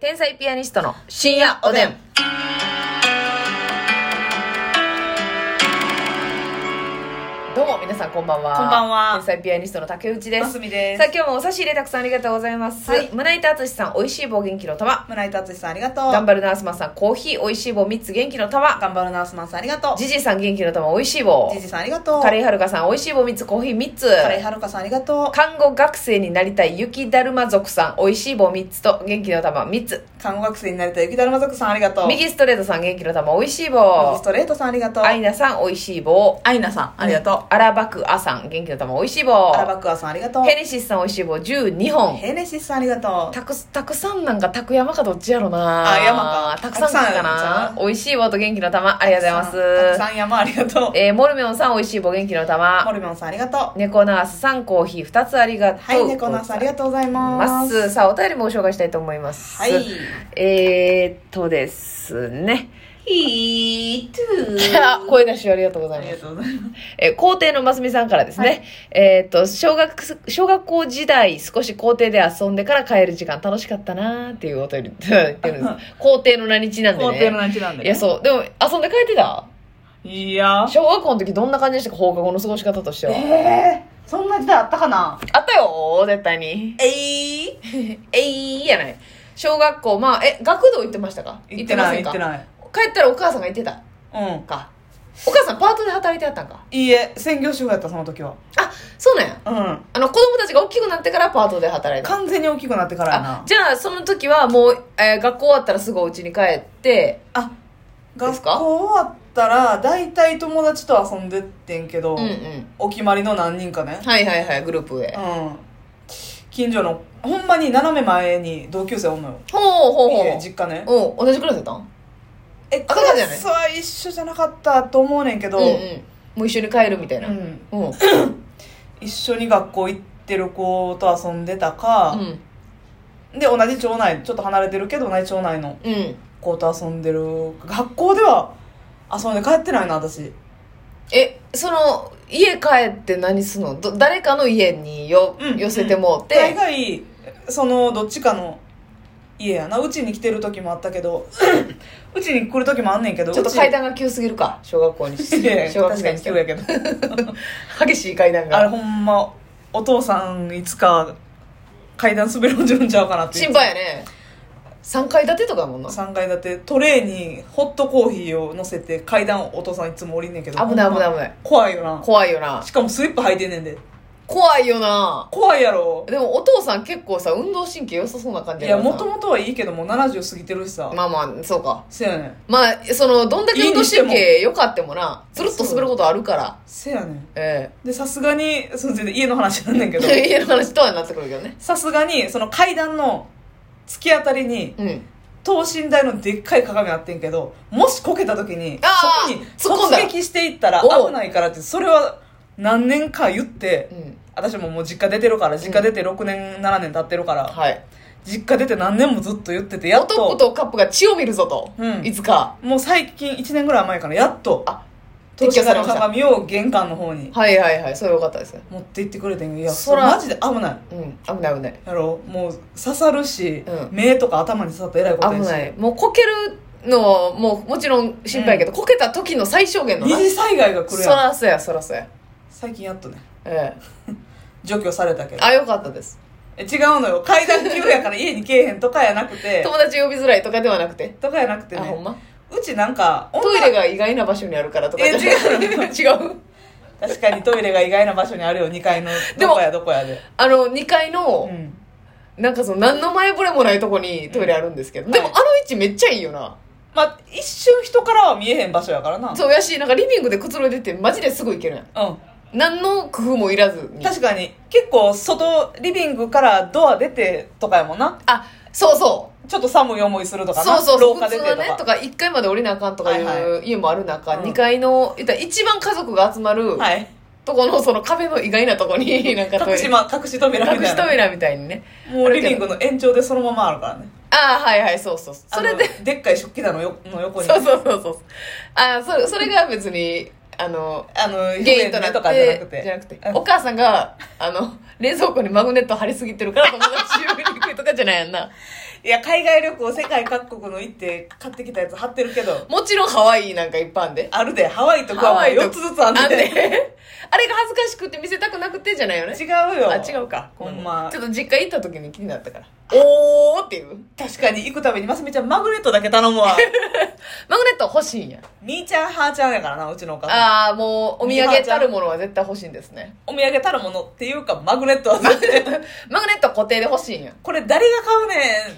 天才ピアニストの深夜おでん。どうも皆さんこんばんはこんばんは天才ピアニストの竹内ですますみですさあ今日もお差し入れたくさんありがとうございます、はい胸板淳さんおいしい棒元気の玉村井達志さんありがとう。頑張るナースマンさんコーヒーおいしい棒3つ元気の玉頑張るナースマンさんありがとう。ジジさん元気の玉おいしい棒じじさんありがとう。カレイはるかさんおいしい棒3つコーヒー3つカレイはるかさんありがと看護学生になりたい雪だるま族さんおいしい棒3つと元気の玉3つう。看護学生になりたい雪だるま族さんありがとう。右ストレートさん元気の玉おいしい右棒ストレートさんありがとう。アイナさんおいしい棒アイナさんありがと。アラバクアさん元気の玉おいしいう棒アラバクアさんありがとう。ヘネシスさんおいしい棒12本ヘネシスさんありがとう。たくたくさんなんかたくやまかどっちやろなあ山かたくさんかたくさんやなろおいしい棒と元気の玉ありがとうございたくまさん山ありがとうす。えーモルミョンさんおいしい棒元気のモ玉ルミョンさんありがとう。猫ナースさんコーヒー2つありがとうはい、猫ナースさんありがとうございまます。すさあお便りもご紹介したいと思いますはい。えーっとですねいーとあ 声出しありがとうござあいりまがすとうございます。えー校庭のますみさんからですね、はいえーっと小学す小学校時代少し校庭で遊んでから帰る時間楽しかったなーっていうお便りいただいてるんです 校庭の何日なんで校ね庭の何時なんで、ね。いやそうでも遊んで帰ってたいや小学校の時どんな感じでしたか放課後の過ごし方としては、えー、そんな時代あったかなあったよー絶対にえい えいやない小学校まあえ学童行ってましたか行ってない、行行っっててまない。せんか帰ったらお母さんが行ってたうん。かお母さんパートで働いてあったんかいいえ、専業主婦やった、その時は。あそうなんやうん。あの子供たちが大きくなってからパートで働いた完全に大きくなってからやあな。じゃあその時はもう、えー学校終わったらすぐお家に帰ってあ、です学か校終わったら、大体友達と遊んでってんけど、うんうんお決まりの何人かね。はいはいはいグループへうん。近所の、ほんまに斜め前に同級生おんのよ。ほうほうほ家う実家ね。お同じクラスやったんえ、あクそうなんじゃラないスは一緒じゃなかったと思うねんけど、うんうんもう一緒に帰るみたいなううんんうん一緒に学校行ってる子と遊んでたか、で、同じ町内、ちょっと離れてるけど、同じ町内のうん子と遊んでる。学校では遊んで帰ってないな、私。えその家帰って何すんのど誰かの家によ、うん寄せてもうて、大概そのどっちかの家やなうちに来てる時もあったけどうちに来る時もあんねんけどちょっとう階段が急すぎるか小学校にいやいや小学確か生にに急やけど激しい階段あれがほんまお父さんいつか階段滑り落ちるんちゃうかなって心配やね3階建てとかやもんな3階建てトレーにホットコーヒーを乗せて階段お父さんいつも降りんねんけど危ないほ危んなまい危ない怖いよな怖いよなしかもスリッパ履いてんねんで怖いよな怖いやろでもお父さん結構さ運動神経良さそうな感いじやからさもともとはいいけどもう70過ぎてるしさ、まあまあそうかせやねんまあそのどんだけ運動神経良かってもなつるっと滑ることあるからせやねんえでさすがにそう全然家の話なんねんけえ ど家の話とはなってくるけどねさすがにその階段の突き当たりにうん等身大のでっかい鏡あってんけどもしこけた時にあーそこ突っ込んにだ突撃していったらおう危ないからってそれは何年か言ってうん私ももう実家出てるから実家出て6年、7年経ってるからはい実家出て何年もずっと言っててやっ男ととカップが血を見るぞと、うんいつかもう最近1年ぐらい前からやっとあ等身撤去大のされました鏡を玄関の方にはいはいはいそれよかったですね持って行ってくれてんけどいやそらマジで危ないうん危ない危ないやろもう刺さるし、うん目とか頭に刺さったらえらいこと危やしないもうこけるのはもうもちろん心配やけど、こけた時の最小限の二な次災害が来そるやんらそうやそらそうや最近やっとねえ除去されたけえどあよかったですえ違うのよ階段急やから家に来えへんとかやなく て友達呼びづらいとかではなくてとかやなくてあほんねまうちなんかトイレが意外な場所にあるからとかえじゃなくて 違う確かにトイレが意外な場所にあるよ2階のでどもこやどこやであの2階のう、んなんかその何の前触れもないとこにトイレあるんですけど、うんでもあはのい位置めっちゃいいよな、まあ一瞬人からは見えへん場所やからなそうやしなんかリビングでくつろいでてマジですぐ行けるやんう何の工夫もいらずんに確かに結構外リビングからドア出てとかやもんなあそうそうちょっと寒い思いするとかそなうそう廊下普出通てはとねかとか1階まで降りなあかんとかいはいう家もある中、うん2階の言ったら一番家族が集まるはいとこのその壁の意外なとこになんかトイレ隠し,、ま、隠し扉みたい隠なし扉みたいにねもうリビングの延長でそのままあるからねああはいはいそうそうそうそれであのでっかい食器棚のよの横にそうそうそうそうああそれそれが別にあのあの原因となってとかじゃなくてじゃなくてうんお母さんがあの冷蔵庫にマグネット貼りすぎてるから友達呼びにくいとかじゃないやんないや、海外旅行、世界各国の行って買ってきたやつ貼ってるけど、もちろんハワイなんか一般で。あるで、ハワイとかは4つずつあんあんねん。ね あれが恥ずかしくて見せたくなくてじゃないよね。違うよ。あ、違うか。ほんまちょっと実家行った時に気になったから。おーっていう。確かに行くたびに、ますみちゃんマグネットだけ頼む わ。マグネット欲しいんや。みーちゃん、はーちゃんやからな、うちのお母さん。ああ、もう、お土産たるものは絶対欲しいんですね。 お土産たるものっていうか、マグネットはさマグネット固定で欲しいんや。これ誰が買うね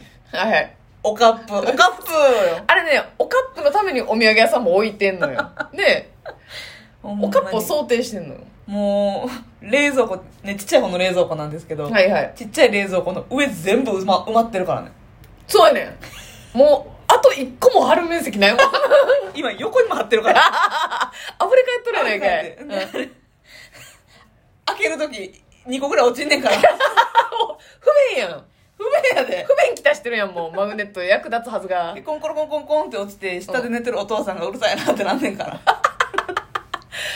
ん。はいはい。おカップ、おカップ。あれね、おカップのためにお土産屋さんも置いてんの よ。ねほんまおにカップを想定してんのよ。もう、冷蔵庫、ね、ちっちゃい方の冷蔵庫なんですけど、はいはい。ちっちゃい冷蔵庫の上全部埋ま埋まってるからね。そうやねん。もう、あと一個も貼る面積ないもん。溢今横にも貼ってるから。れ返っとるやないかい。溢れ返うっん開けるとき、2個ぐらい落ちんねんから。不便やん。不便やで。不便きたしてるやん、もう。マグネット役立つはずがで。コンコロコンコンコンって落ちて、下で寝てるお父さんがうるさいなってなんねんから。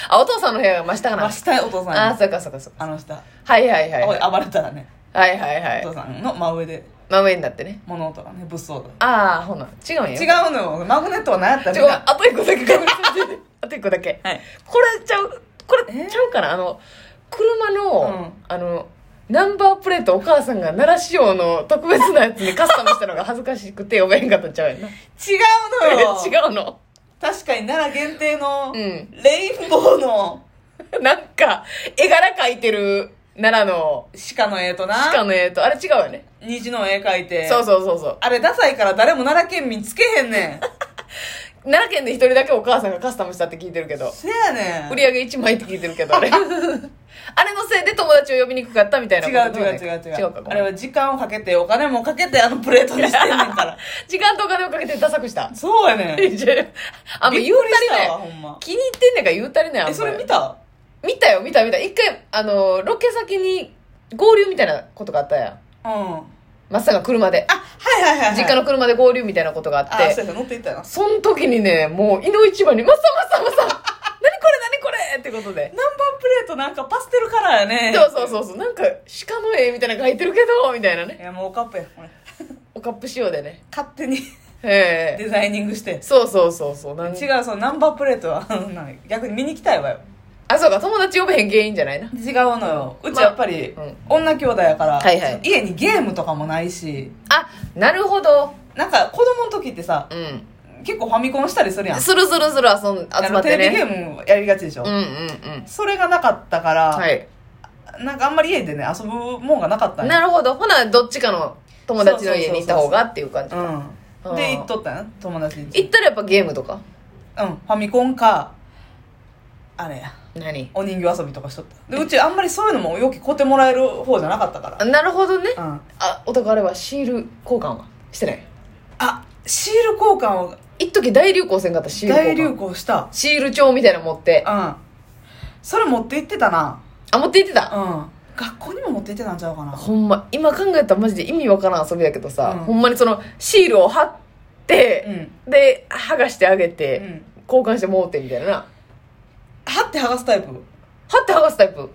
あ、お父さんの部屋が真下かな。あ、下よお父さんあー、や。そうかそうかそうか。あの下。はいはいはい。はいおい暴れたらね、はいはいおは父い。さんの真上で真上になってね。物音がね、物騒だ。ああ、ほな。違うんや。違うのよ。マグネットは何やった違らう見たあと一個だけ確認 してあと一個だけ。はい。これちゃう、これえちゃうかなあの、車の、うあの、ナンバープレートお母さんが奈良仕様の特別なやつにカスタムしたのが恥ずかしくて呼べへんかったんちゃうやんな。違うのよ。違うの。 確かに奈良限定の、うんレインボーのなんか、絵柄描いてる奈良の鹿の絵とな鹿の絵と、あれ違うよね。虹の絵描いてそうそうそうそう。あれダサいから誰も奈良県民つけへ んねん奈良県で一人だけお母さんがカスタムしたって聞いてるけど。せやねん売り上げ1枚って聞いてるけ ど、あれ。あれのせいで友達を呼びにくかったみたいなこ違うとでは違なうい違う違う違うか、ごめあれんは時間をかけてお金もかけてあのプレートにしてんねんから 時間とお金をかけてダサくした。そうやねんびっくいやあ、もうり言うしたりたわね。ほんま気に入ってんねんから言うたりね。あんまえりそれ見た見たよ、見た見た。一回、あの、ロケ先に合流みたいなことがあったやん。うんあまっさが車で。はいはいはい、はい、実家の車で合流みたいなことがああって。そうやそうや乗っていったよなその時にね、もう、井の一番に、まさまさまさ、 何これ何これってことで。ナンバープレートなんかパステルカラーやねそうそうそうそう、なんか、鹿の絵みたいなの書いてるけど、みたいなね。いやもうおカップやこれおカップ仕様でね。勝手に ええデザイニングしてそうそうそうそう。なん違うそのナンバープレートはあ のなんか逆に見に来たいわよあ、そうか、友達呼べへん原因じゃないな。違うのようちやっぱり、まあうん女兄弟やから、はいはい家にゲームとかもないしあ、なるほど。なんか子供の時ってさうん。結結構ファミコンしたり するやんするするする遊ん集まってあのテねレビゲームやりがちでしょ、うんうんうんそれがなかったから、はいなんかあんまり家でね遊ぶもんがなかったんやなるほどほなどっちかの友達の家に行った方がっていう感じうあんーで行っとったんや友達に行ったらやっぱゲームとかうんファミコンかあれや何お人形遊びとかしとったでうちあんまりそういうのもよき買ってもらえる方じゃなかったかあなるほどねらうんあ男あれはシール交換はしてないあシール交換を一時大流行せんかったシール大交流換行したシール帳みたいなの持ってうんそれ持って行ってたなあ持って行ってたうん学校にも持って行ってたんちゃうかなほんま今考えたらマジで意味わからん遊びだけどさ、うんほんまにそのシールを貼って、うんで剥がしてあげうて、ん交換してもうてみたいなな貼って剥がすタイプ貼って剥がすタイプ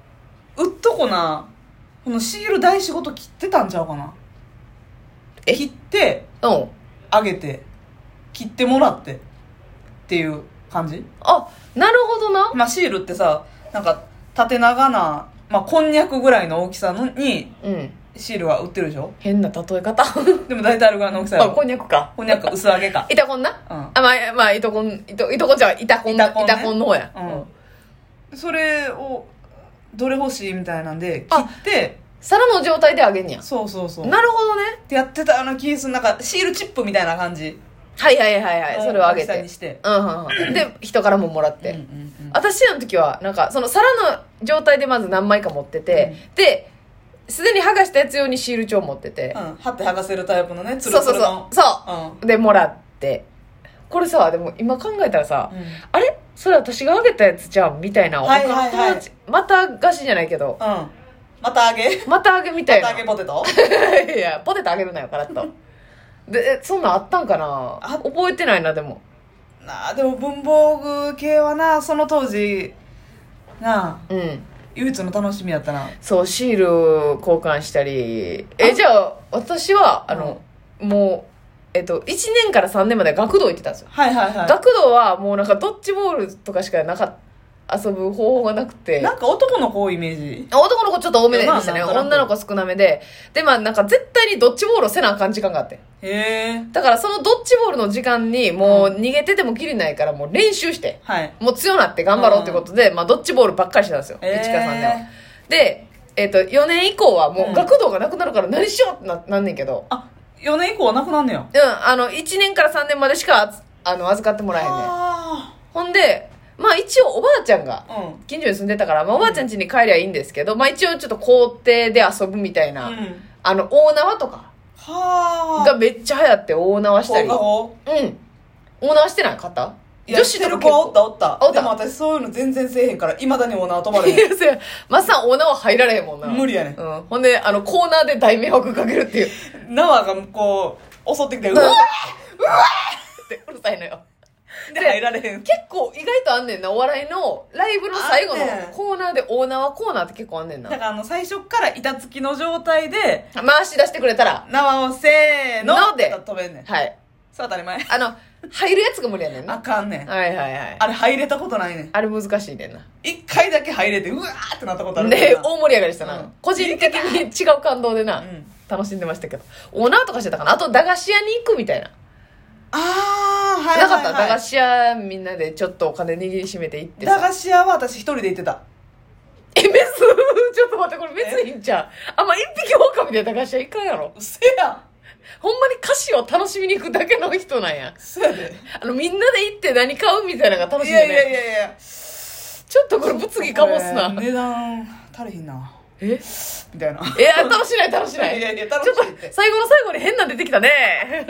うっとこなこのシール大仕事切ってたんちゃうかなえ切ってうんあげて切ってもらってっていう感じあなるほどなまあシールってさなんか縦長な、まあ、こんにゃくぐらいの大きさのにうんシールは売ってるでしょ変な例え 方でも大体あるぐらいの大きさやあろこんにゃくかこんにゃく薄揚げかいたこんなうんあまあまあいとこんいといとこじゃいたこんないたこんねたこんの方や、うんそれをどれ欲しいみたいなんで切あって皿の状態であげんねやそうそうそうっなるほどねてやってたような気がするなんかシールチップみたいな感じはいはいはいはいそれをあげ大きさにてしてうんうんうんで人からももらって、うんうんうん私らの時はなんかその皿の状態でまず何枚か持ってて、ですでに剥がしたやつ用にシール帳持ってて、うん貼って剥がせるタイプのねつそるうそつうるそのうそううでもらってこれさでも今考えたらさ、んうんあれそれ私があげたやつじゃんみたいな、はいはいは他のい友達またがしじゃないけどうんまた揚げまたあげみたまいたな揚げポテト いやポテトあげるなよカラッとでえそんなんあったんかなあ覚えてないなでもなあでも文房具系はなその当時なあうん唯一の楽しみやったなそうシール交換したりえあじゃあ私はあの、もう、えっと、1年から3年までは学童行ってたんですよ。はいはいは学童はもうなんかドッジボールとかしかなかっ遊ぶ方法がなくてい。。なんか男の子多いイメージ。男の子ちょっと多めでしたね。まあなんと女なのく子少なめで。で、まあなんか絶対にドッジボールをせなあかん時間があって。へえ。だからそのドッジボールの時間にもう逃げててもきりないからもう練習して、はい。もう強なって頑張ろうってことで、まあドッジボールばっかりしてたんですよ。市えー川さんでは。で、えっと、4年以降はもう学童がなくなるから何しようってななんねんけど。あ、4年以降はなくなんねや。うん、あの、1年から3年までしかあつあの預かってもらえへんねん。あほんで、まあ一応おばあちゃんがあ。うん。近所に住んでたから、まあおばあちゃん家に帰りゃいいんですけど、まあ一応ちょっと校庭で遊ぶみたいな、うん。あの、大縄とかはあ。がめっちゃ流行って大縄したり。放課う後ん。大縄してない方女女子子てとるか子結はおった構。おった。あおったでも私そういうの全然せえへんから、いまだにオーナー止まれいへん。や、そや、まっさん大縄入られへんもんな。無理やねん。うん。ほんで、あの、コーナーで大迷惑かけるっていう。縄がこう、襲ってきて、ううわわっってうるさいのよ。て入られへん。結構意外とあんねんな、お笑いのライブの最後のあんねんコーナーで大縄コーナーって結構あんねんなだか。 らあの、最初から板付きの状態で、回し出してくれたら、縄をせーののってで飛べんねん。はい。そう当たり前。あの、入るやつが無理やねんな。あかんねん。はいはいはい。あれ入れたことないねん。あれ難しいねんな。一回だけ入れて、うわーってなったことあるからなで、大盛り上がりしたな。うん個人的に違う感動でな、うん楽しんでましたけど。オーナーとかしてたかなあと、駄菓子屋に行くみたいな。あー、はいはい、はい。なかった駄菓子屋みんなでちょっとお金握りしめて行って駄さ。菓子屋は私一人で行ってた。え、メス ちょっと待って、これメスいいんちゃうあんま一匹狼で駄菓子屋行かんやろ。うせやほんまに歌詞を楽しみに行くだけの人なんや。せやで。あの、みんなで行って何買うみたいなのが楽しいいよやね。いやいやいや。ちょっとこれ物議かもすなこ。れ値段足りひんな。えみたいな。え、楽しない楽しない。いやいや楽しちょっといって最後の最後に変なの出てきたね。